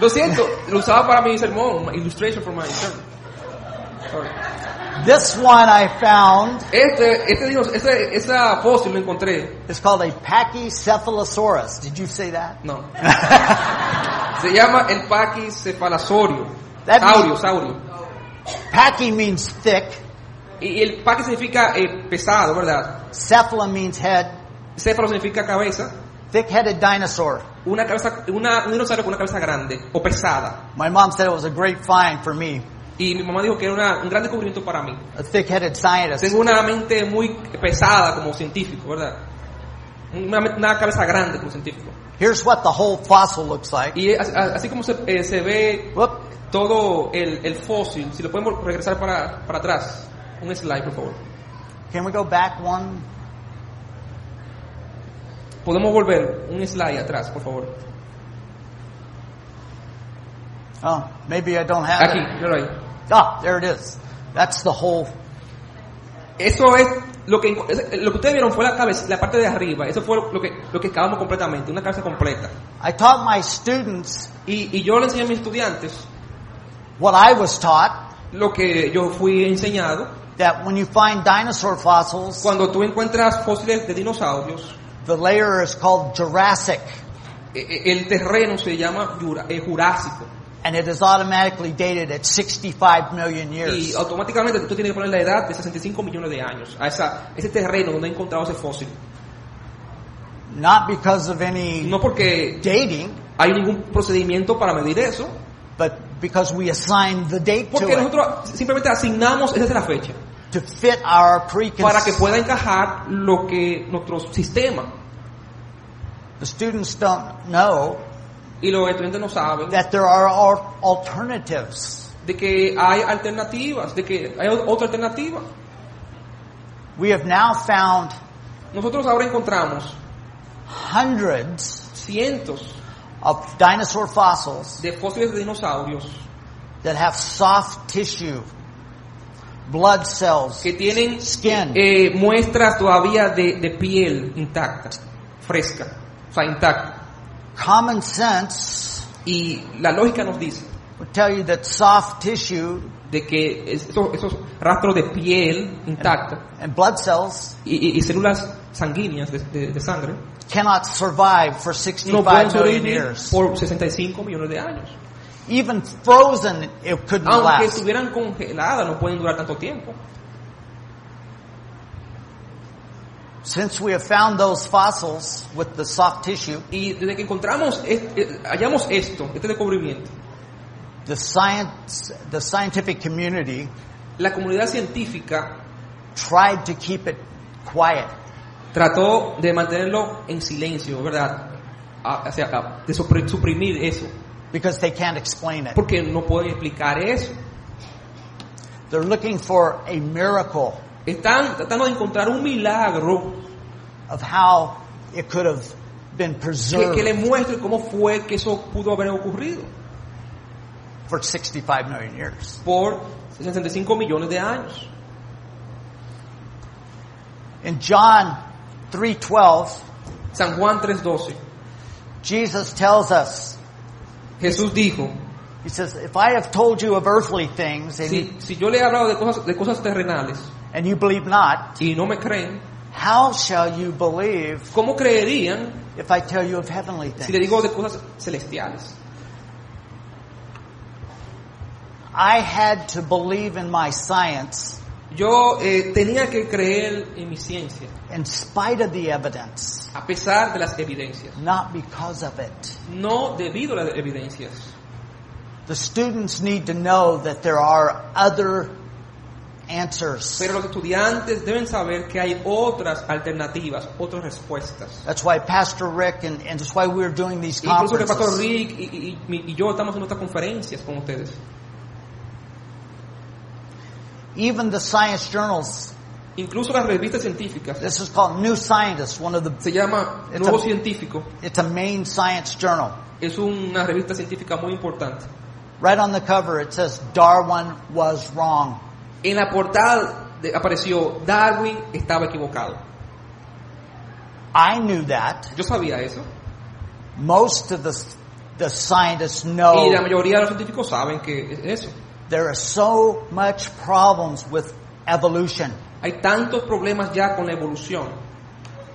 S2: Lo siento, lo usaba para mi sermón, my illustration for my sermon. Sorry.
S1: This one I found
S2: Este, este dinos- ese- esa fósil lo encontré.
S1: is called a Pachycephalosaurus. Did you say that?
S2: No. Se llama el Pachycephalosaurio.
S1: That means-
S2: Saurio, saurio.
S1: Pachy means thick.
S2: Y y el Pachy significa eh, pesado, ¿verdad?
S1: Cephala means head.
S2: Céfalo significa cabeza.
S1: Thick-headed dinosaur.
S2: Una cabeza, una, un dinosaurio con una cabeza grande o pesada.
S1: My mom said it was a great find for me,
S2: Y mi mamá dijo que era una- un gran descubrimiento para mí.
S1: a thick-headed scientist.
S2: Tengo una mente muy pesada como científico, ¿verdad? Una, men- una cabeza grande como científico.
S1: Here's what the whole fossil looks like.
S2: Y es- a- así como se, eh, se ve
S1: Whoop.
S2: todo el, el fósil, si lo podemos regresar para, para atrás, un slide, por favor.
S1: Can we go back one?
S2: Podemos volver un slide atrás, por favor.
S1: Oh, maybe I don't have
S2: Aquí,
S1: it.
S2: yo ahí.
S1: Ah, there it is. That's the whole.
S2: Eso es lo que es- lo que ustedes vieron fue la cabeza, la parte de arriba. Eso fue lo que lo que excavamos completamente, una cabeza completa.
S1: I taught my students
S2: Y, y yo le enseñé a mis estudiantes
S1: what I was taught
S2: lo que yo fui enseñado.
S1: that when you find dinosaur fossils,
S2: Cuando tú encuentras fósiles de dinosaurios,
S1: the layer is called Jurassic
S2: e- e- el terreno se llama Jura- eh, Jurásico.
S1: and it is automatically dated at 65 million
S2: Y
S1: years.
S2: automáticamente tú tienes que poner la edad de 65 millones de años a esa, ese terreno donde he encontrado ese fósil.
S1: Not because of any
S2: No porque
S1: dating,
S2: hay ningún procedimiento para medir eso,
S1: but because we assigned the date to
S2: porque
S1: it
S2: nosotros simplemente asignamos esa es la fecha
S1: to fit our
S2: para que
S1: preconceived.
S2: pueda encajar lo que nuestro sistema
S1: The students don't know
S2: y los estudiantes no saben
S1: that there are al- alternatives.
S2: de que hay alternativas, de que hay o- otra alternativa.
S1: We have now found
S2: Nosotros ahora encontramos
S1: hundreds
S2: cientos
S1: of dinosaur fossils
S2: de fósiles de dinosaurios
S1: that have soft tissue, blood cells,
S2: que tienen
S1: Skin.
S2: eh, muestras todavía de, de piel intacta, fresca, o sea, intacta.
S1: common sense
S2: Y la lógica nos dice
S1: would tell you that soft tissue
S2: de que es- esos, esos rastros de piel intacta
S1: and blood cells
S2: y, y- y células sanguíneas de, de- de sangre
S1: cannot survive for
S2: no
S1: 65 million
S2: pueden sobrevivir
S1: years.
S2: por 65 millones de años.
S1: Even frozen, it couldn't
S2: Aunque
S1: last.
S2: estuvieran congeladas, no pueden durar tanto tiempo.
S1: Since we have found those fossils with the soft tissue,
S2: Y desde que encontramos, es- eh, hallamos esto, este descubrimiento,
S1: the science, the scientific community
S2: la comunidad científica
S1: tried to keep it quiet.
S2: trató de mantenerlo en silencio, ¿verdad? Ah, o sea, ah, de supri- suprimir eso,
S1: because they can't explain it.
S2: porque no pueden explicar eso.
S1: They're looking for a miracle
S2: Están tratando de encontrar un milagro
S1: of how it could have been
S2: que, que
S1: preserved
S2: les muestre cómo fue que eso pudo haber ocurrido
S1: for 65 million years.
S2: por 65 millones de años.
S1: In John 3:12,
S2: San Juan 3:12,
S1: Jesus tells us,
S2: Jesús dijo,
S1: he says, "If I have told you of earthly things and,
S2: si, si yo le he hablado de cosas, de cosas terrenales
S1: and you believe not,
S2: y no me creen,
S1: how shall you believe
S2: ¿cómo creerían
S1: if I tell you of heavenly
S2: si le
S1: things?"
S2: digo de cosas celestiales?
S1: I had to believe in my science
S2: Yo eh, tenía que creer en mi ciencia,
S1: in spite of the evidence,
S2: a pesar de las evidencias,
S1: not because of it.
S2: no debido a las evidencias.
S1: The students need to know that there are other answers.
S2: Pero los estudiantes deben saber que hay otras alternativas, otras respuestas.
S1: That's why Pastor Rick and, and that's why we're doing these
S2: Incluso que el pastor
S1: conferences.
S2: Rick y, y- y- mi- y yo estamos haciendo estas conferencias con ustedes.
S1: Even the science journals,
S2: Incluso las revistas científicas.
S1: this is called New Scientist, one of the,
S2: Se llama
S1: It's
S2: Nuevo
S1: a-
S2: Científico.
S1: it's a main science journal.
S2: Es una revista científica muy importante.
S1: Right on the cover it says Darwin was wrong.
S2: En la portada de- apareció Darwin estaba equivocado.
S1: I knew that.
S2: Yo sabía eso.
S1: Most of the, the scientists
S2: Y la
S1: know
S2: mayoría de los científicos saben que es eso.
S1: there are so much problems with evolution.
S2: Hay tantos problemas ya con la evolución.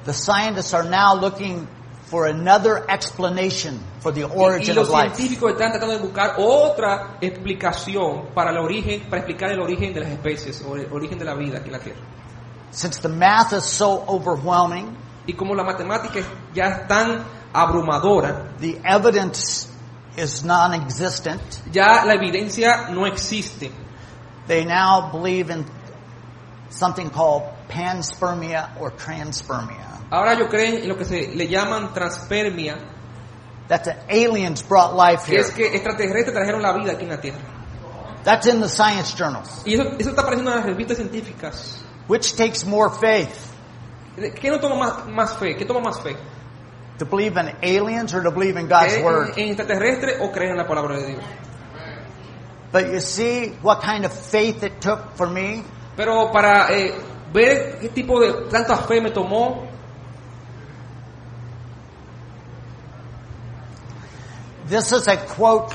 S1: The scientists are now looking for another explanation for the
S2: Y, y
S1: origin
S2: los
S1: of life.
S2: científicos están tratando de buscar otra explicación para el origen, para explicar el origen de las especies o el origen de la vida aquí en la Tierra.
S1: Since the math is so overwhelming,
S2: Y como la matemática es- ya es tan abrumadora,
S1: the evidence is non-existent.
S2: ya la evidencia no existe.
S1: They now believe in something called panspermia or transpermia.
S2: Ahora ellos creen en lo que se le llaman transpermia,
S1: That the aliens brought life
S2: que
S1: here.
S2: es que extraterrestres trajeron la vida aquí en la Tierra.
S1: That's in the science journals.
S2: Y eso, eso está apareciendo en las revistas científicas.
S1: Which takes more faith?
S2: ¿Qué no toma más, más fe? ¿Qué toma más fe?
S1: To believe in aliens or to believe in God's
S2: ¿Creer
S1: Word?
S2: en, en extraterrestre o creer en la palabra de Dios?
S1: But you see what kind of faith it took for me
S2: Pero para eh, ver qué tipo de tanta fe me tomó,
S1: This is a quote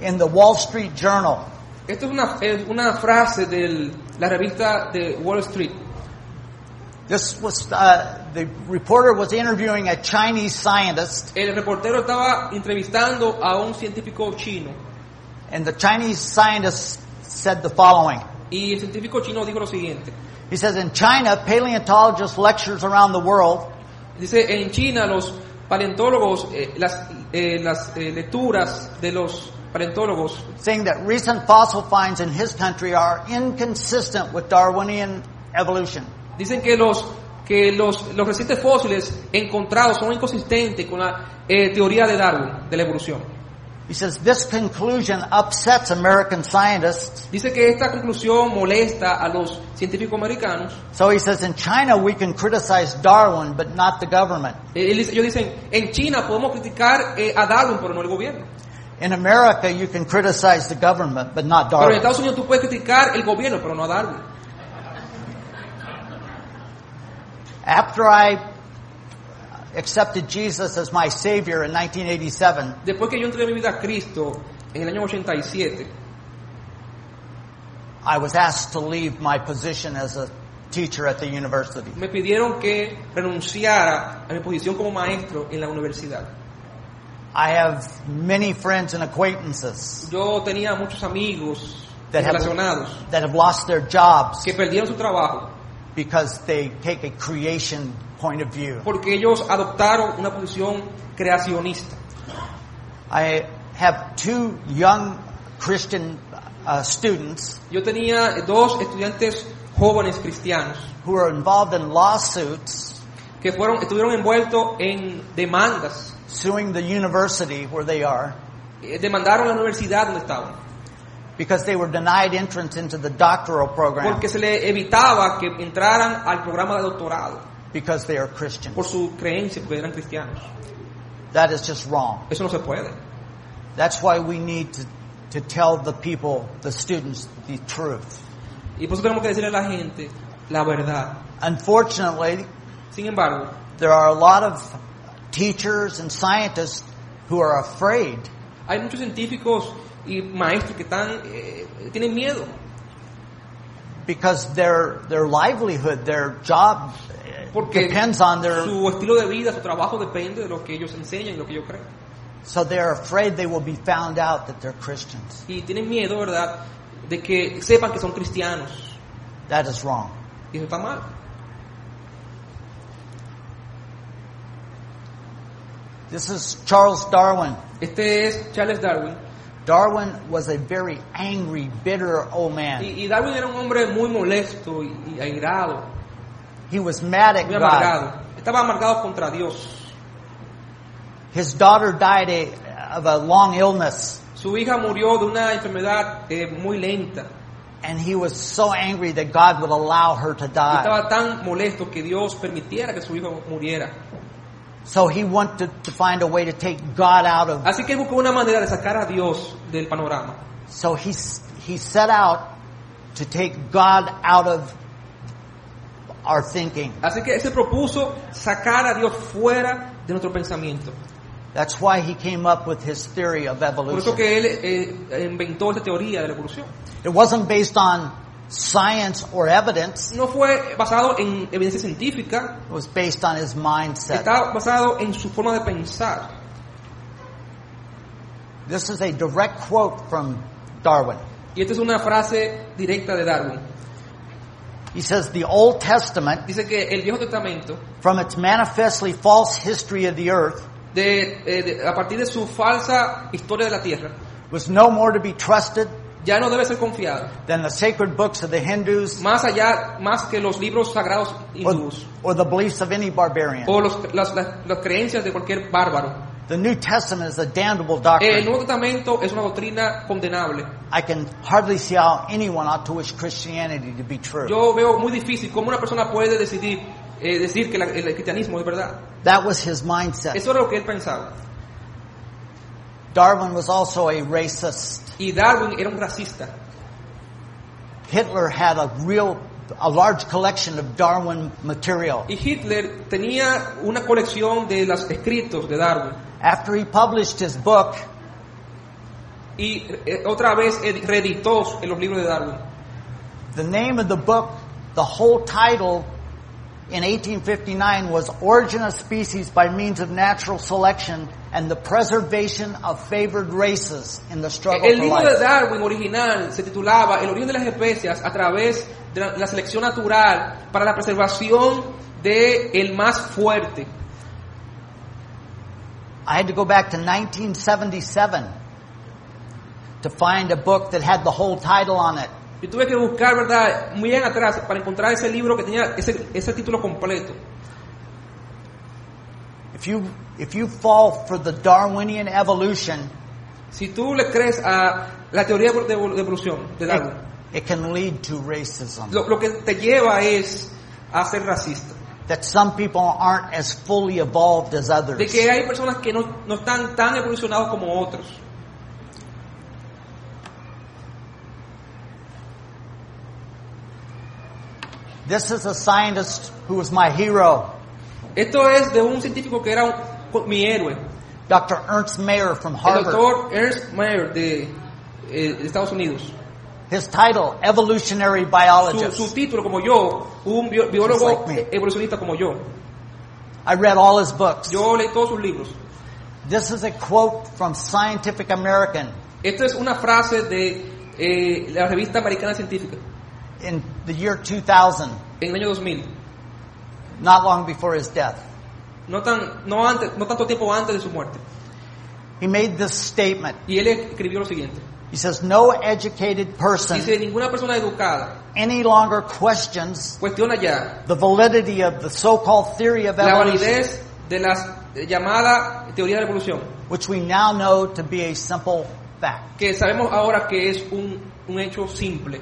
S1: in the Wall Street Journal.
S2: esto es una, es una frase de la revista de Wall Street.
S1: This was uh, the reporter was interviewing a Chinese scientist,
S2: El reportero estaba entrevistando a un científico chino
S1: and the Chinese scientist said the following.
S2: y el científico chino dijo lo siguiente.
S1: He says, "In China, paleontologists lectures around the world
S2: Dice, en China los paleontólogos, eh, las, eh, las eh, lecturas de los paleontólogos
S1: saying that recent fossil finds in his country are inconsistent with Darwinian evolution."
S2: dicen que los que los, los recientes fósiles encontrados son inconsistentes con la eh, teoría de Darwin, de la evolución.
S1: He says this conclusion upsets American scientists.
S2: Dice que esta conclusión molesta a los científicos americanos.
S1: So he says, "In China, we can criticize Darwin, but not the government."
S2: Eh, él dice- ellos dicen, en China podemos criticar eh, a Darwin, pero no el gobierno.
S1: In America, you can criticize the government, but not
S2: Pero en
S1: Darwin.
S2: Estados Unidos tú puedes criticar el gobierno, pero no a Darwin.
S1: After I accepted Jesus as my Savior in 1987,
S2: Después que yo entregué mi vida a Cristo en el año 87,
S1: I was asked to leave my position as a teacher at the university.
S2: me pidieron que renunciara a mi posición como maestro en la universidad.
S1: I have many friends and acquaintances
S2: Yo tenía muchos amigos
S1: that
S2: relacionados
S1: have, that have lost their jobs
S2: que perdieron su trabajo
S1: because they take a creation point of view.
S2: porque ellos adoptaron una posición creacionista.
S1: I have two young Christian uh, students
S2: Yo tenía dos estudiantes jóvenes cristianos
S1: who are involved in lawsuits
S2: que fueron, estuvieron envueltos en demandas.
S1: suing the university where they are
S2: Eh, Demandaron la universidad donde estaban
S1: because they were denied entrance into the doctoral program
S2: porque se les evitaba que entraran al programa de doctorado
S1: because they are Christian.
S2: por su creencia, porque eran cristianos.
S1: That is just wrong.
S2: Eso no se puede.
S1: That's why we need to, to tell the people, the students, the truth.
S2: Y por eso tenemos que decirle a la gente la verdad.
S1: Unfortunately,
S2: Sin embargo,
S1: there are a lot of teachers and scientists who are afraid
S2: hay muchos científicos y maestros que están eh, tienen miedo
S1: because their their livelihood, their job eh,
S2: porque
S1: depends on their
S2: su estilo de vida, su trabajo depende de lo que ellos enseñan y lo que ellos creen.
S1: so they're afraid they will be found out that they're Christians.
S2: Y tienen miedo, ¿verdad?, de que sepan que son cristianos.
S1: That is wrong.
S2: Y eso está mal.
S1: This is Charles Darwin.
S2: Este es Charles Darwin.
S1: Darwin was a very angry, bitter old man.
S2: Y, y Darwin era un hombre muy molesto y, y airado,
S1: He was mad at
S2: muy
S1: God.
S2: amargado. Estaba amargado contra Dios.
S1: His daughter died a, of a long illness,
S2: Su hija murió de una enfermedad eh, muy lenta.
S1: and he was so angry that God would allow her to
S2: Y
S1: die.
S2: estaba tan molesto que Dios permitiera que su hijo muriera.
S1: So he wanted to find a way to take God out of.
S2: Así que él buscó una manera de sacar a Dios del panorama.
S1: So he s- he set out to take God out of our thinking.
S2: Así que él se propuso sacar a Dios fuera de nuestro pensamiento.
S1: That's why he came up with his theory of
S2: Por eso
S1: evolution.
S2: que él eh, inventó esta teoría de la evolución.
S1: It wasn't based on science or evidence.
S2: No fue basado en evidencia científica,
S1: It was based on his mindset.
S2: está basado en su forma de pensar.
S1: This is a direct quote from Darwin.
S2: Y esta es una frase directa de Darwin.
S1: He says the Old Testament,
S2: Dice que el Viejo Testamento,
S1: from its manifestly false history of the earth,
S2: de, eh, de- a partir de su falsa historia de la tierra,
S1: was no more to be trusted
S2: ya no debe ser confiado.
S1: than the sacred books of the Hindus
S2: Más allá, más que los libros sagrados
S1: or,
S2: hindúes
S1: or the beliefs of any barbarian.
S2: o los- las, las- las creencias de cualquier bárbaro.
S1: The New Testament is a damnable
S2: El
S1: doctrine.
S2: Nuevo Testamento es una doctrina condenable.
S1: I can hardly see how anyone ought to wish Christianity to be true.
S2: Yo veo muy difícil cómo una persona puede decidir eh, decir que la- el cristianismo es verdad.
S1: That was his mindset.
S2: Eso era lo que él pensaba.
S1: Darwin was also a racist.
S2: Y Darwin era un racista.
S1: Hitler had a real, a large collection of Darwin material.
S2: Y Hitler tenía una colección de los escritos de Darwin.
S1: After he published his book,
S2: Y eh, otra vez eh, reeditó en los libros de Darwin.
S1: the name of the book, the whole title in 1859 was Origin of Species by Means of Natural Selection and the Preservation of Favored Races in the Struggle
S2: El
S1: for
S2: libro de
S1: Life.
S2: Darwin original se titulaba El origen de las especies a través de la, la selección natural para la preservación de el más fuerte.
S1: I had to go back to 1977 to find a book that had the whole title on it.
S2: Yo tuve que buscar, ¿verdad?, muy bien atrás para encontrar ese libro que tenía ese, ese título completo.
S1: If you, if you fall for the Darwinian evolution,
S2: Si tú le crees a la teoría de evol- de evolución de
S1: it,
S2: Darwin,
S1: it can lead to racism.
S2: lo, lo que te lleva es a ser racista.
S1: That some people aren't as fully evolved as others.
S2: De que hay personas que no, no están tan evolucionados como otros.
S1: This is a scientist who was my hero,
S2: Esto es de un científico que era un- mi héroe,
S1: Dr. Ernst Mayer from
S2: El
S1: Harvard.
S2: doctor Ernst Mayer de, eh, de Estados Unidos.
S1: His title, Evolutionary
S2: Su,
S1: Biologist.
S2: su título, como yo, un bio- biólogo
S1: Just like me.
S2: evolucionista como yo.
S1: I read all his books.
S2: Yo leí todos sus libros.
S1: This is a quote from Scientific American
S2: Esta es una frase de eh, la revista americana científica
S1: in the year 2000,
S2: en el año 2000.
S1: not long before his death.
S2: No, tan, no, antes, no tanto tiempo antes de su muerte.
S1: He made this statement.
S2: Y él escribió lo siguiente.
S1: He says, no educated person
S2: Dice, ninguna persona educada
S1: any longer questions
S2: cuestiona ya
S1: the validity of the so-called theory of
S2: la
S1: evolution,
S2: validez de la llamada teoría de la evolución,
S1: which we now know to be a simple fact.
S2: que sabemos ahora que es un, un hecho simple.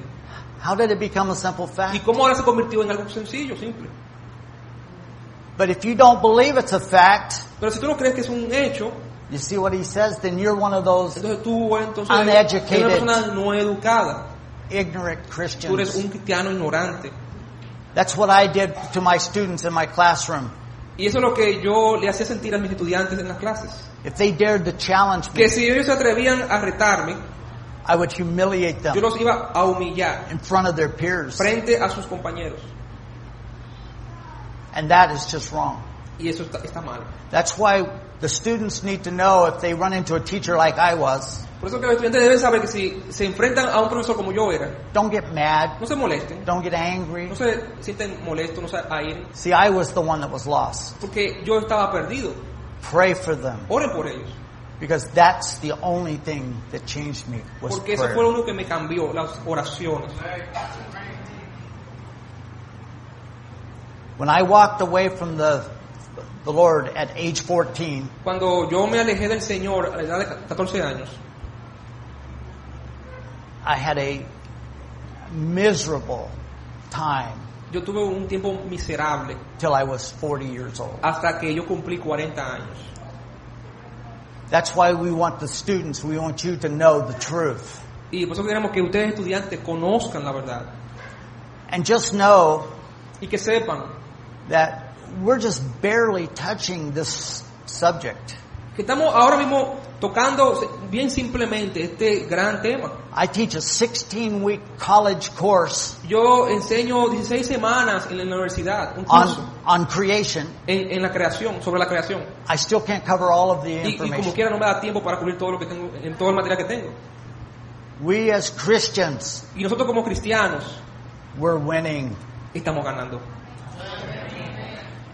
S1: How did it become a simple
S2: ¿Y
S1: fact?
S2: cómo ahora se convirtió en algo sencillo, simple?
S1: But if you don't believe it's a fact,
S2: Pero si tú no crees que es un hecho,
S1: you see what he says, then you're one of those
S2: entonces tú entonces
S1: Uneducated.
S2: eres una persona no educada.
S1: ignorant
S2: Tú eres
S1: Christians.
S2: un cristiano ignorante.
S1: That's what I did to my students in my classroom.
S2: Y eso es lo que yo le hacía sentir a mis estudiantes en las clases.
S1: If they dared to challenge me,
S2: Que si ellos se atrevían a retarme,
S1: I would humiliate
S2: yo
S1: them
S2: los iba a humillar
S1: in front of their peers.
S2: frente a sus compañeros.
S1: And that is just wrong.
S2: Y eso está, está mal.
S1: That's why the students need to know if they run into a teacher like I was,
S2: Por eso que los estudiantes deben saber que si se enfrentan a un profesor como yo era,
S1: don't get mad,
S2: no se molesten,
S1: don't get angry.
S2: no se sienten molestos, no se airen,
S1: See, I was the one that was lost.
S2: porque yo estaba perdido.
S1: Pray for them
S2: Oren por ellos.
S1: because that's the only thing that changed me was
S2: Porque eso
S1: prayer.
S2: fue lo único que me cambió, las oraciones.
S1: When I walked away from the, the Lord at age 14,
S2: Cuando yo me alejé del Señor a la edad de 14 años,
S1: I had a miserable time
S2: yo tuve un tiempo miserable
S1: till I was 40 years old.
S2: hasta que yo cumplí 40 años.
S1: That's why we want the students, we want you to know the truth.
S2: Y por eso queremos que ustedes estudiantes conozcan la verdad
S1: And just know
S2: y que sepan
S1: that we're just barely touching this subject.
S2: que estamos ahora mismo tocando bien simplemente este gran tema.
S1: I teach a 16 week college course
S2: Yo enseño 16 semanas en la universidad, un curso,
S1: on, on creation.
S2: en, en la creación, sobre la creación.
S1: I still can't cover all of the
S2: Y, y como
S1: information.
S2: quiera no me da tiempo para cubrir todo lo que tengo, en todo el material que tengo.
S1: We as Christians,
S2: Y nosotros como cristianos
S1: we're winning.
S2: estamos ganando.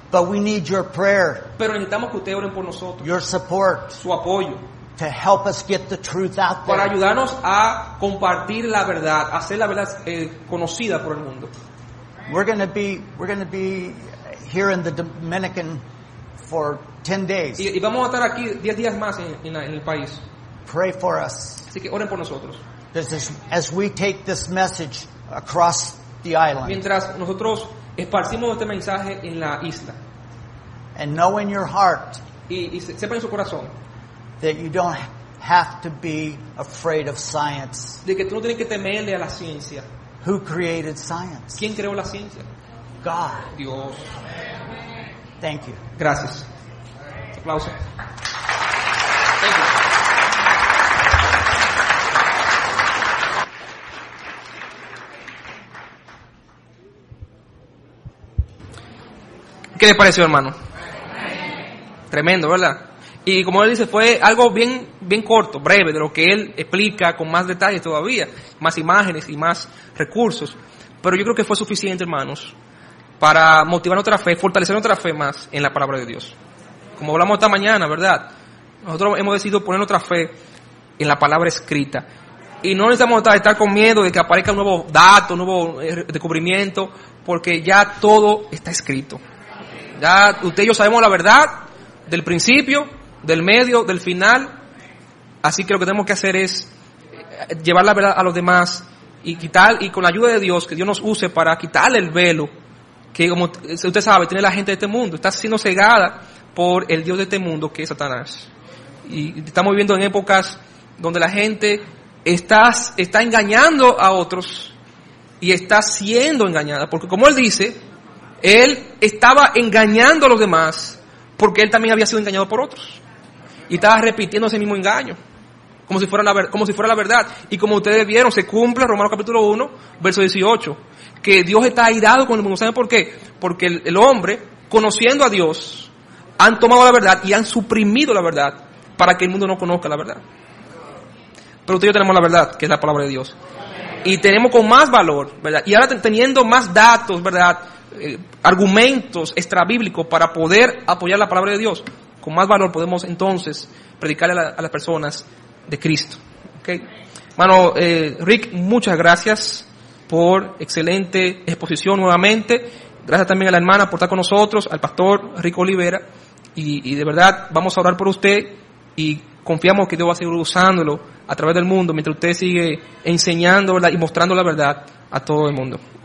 S1: But we need your prayer,
S2: Pero necesitamos que ustedes oren por nosotros,
S1: your support
S2: su apoyo,
S1: to help us get the truth out
S2: para
S1: there.
S2: ayudarnos a compartir la verdad, hacer la verdad eh, conocida por el mundo.
S1: We're going to be, we're going to be here in the Dominican for 10
S2: Y,
S1: days.
S2: y vamos a estar aquí 10 días más en, en la- en el país.
S1: Pray for us.
S2: Así que oren por nosotros.
S1: This is- as we take this message across the island
S2: Mientras nosotros esparcimos este mensaje en la isla.
S1: and know in your heart
S2: Y, y se- sepan en su corazón
S1: that you don't have to be afraid of science.
S2: de que tú no tienes que temerle a la ciencia.
S1: Who created science?
S2: ¿Quién creó la ciencia?
S1: God.
S2: Dios.
S1: Thank you.
S2: Gracias. Aplausos. ¿Qué le pareció, hermano? Tremendo, ¿verdad? Y como él dice, fue algo bien, bien corto, breve, de lo que él explica con más detalles todavía, más imágenes y más recursos. Pero yo creo que fue suficiente, hermanos, para motivar nuestra fe, fortalecer nuestra fe más en la palabra de Dios. Como hablamos esta mañana, ¿verdad? Nosotros hemos decidido poner nuestra fe en la palabra escrita. Y no necesitamos estar, estar con miedo de que aparezca un nuevo dato, un nuevo eh, descubrimiento, porque ya todo está escrito. Ya usted y yo sabemos la verdad del principio, del medio, del final. Así que lo que tenemos que hacer es eh, llevar la verdad a los demás y quitar, y con la ayuda de Dios, que Dios nos use para quitarle el velo que como t- usted sabe, tiene la gente de este mundo, está siendo cegada por el Dios de este mundo que es Satanás. Y estamos viviendo en épocas donde la gente está, está engañando a otros y está siendo engañada, porque como él dice, él estaba engañando a los demás porque él también había sido engañado por otros y estaba repitiendo ese mismo engaño. Como si, fuera la, ver- como si fuera la verdad. Y como ustedes vieron, se cumple Romanos capítulo 1, verso 18. Que Dios está airado con el mundo. ¿Saben por qué? Porque el, el hombre, conociendo a Dios, han tomado la verdad y han suprimido la verdad para que el mundo no conozca la verdad. Pero ustedes y yo tenemos la verdad, que es la palabra de Dios. Y tenemos con más valor, ¿verdad? Y ahora ten- teniendo más datos, ¿verdad? Eh, argumentos extrabíblicos para poder apoyar la palabra de Dios. Con más valor podemos entonces predicarle a, la- a las personas de Cristo. ¿ok? Hermano eh, Rick, muchas gracias por excelente exposición nuevamente. Gracias también a la hermana por estar con nosotros, al pastor Rico Olivera. Y, y de verdad vamos a orar por usted y confiamos que Dios va a seguir usándolo a través del mundo mientras usted sigue enseándola y mostrando la verdad a todo el mundo.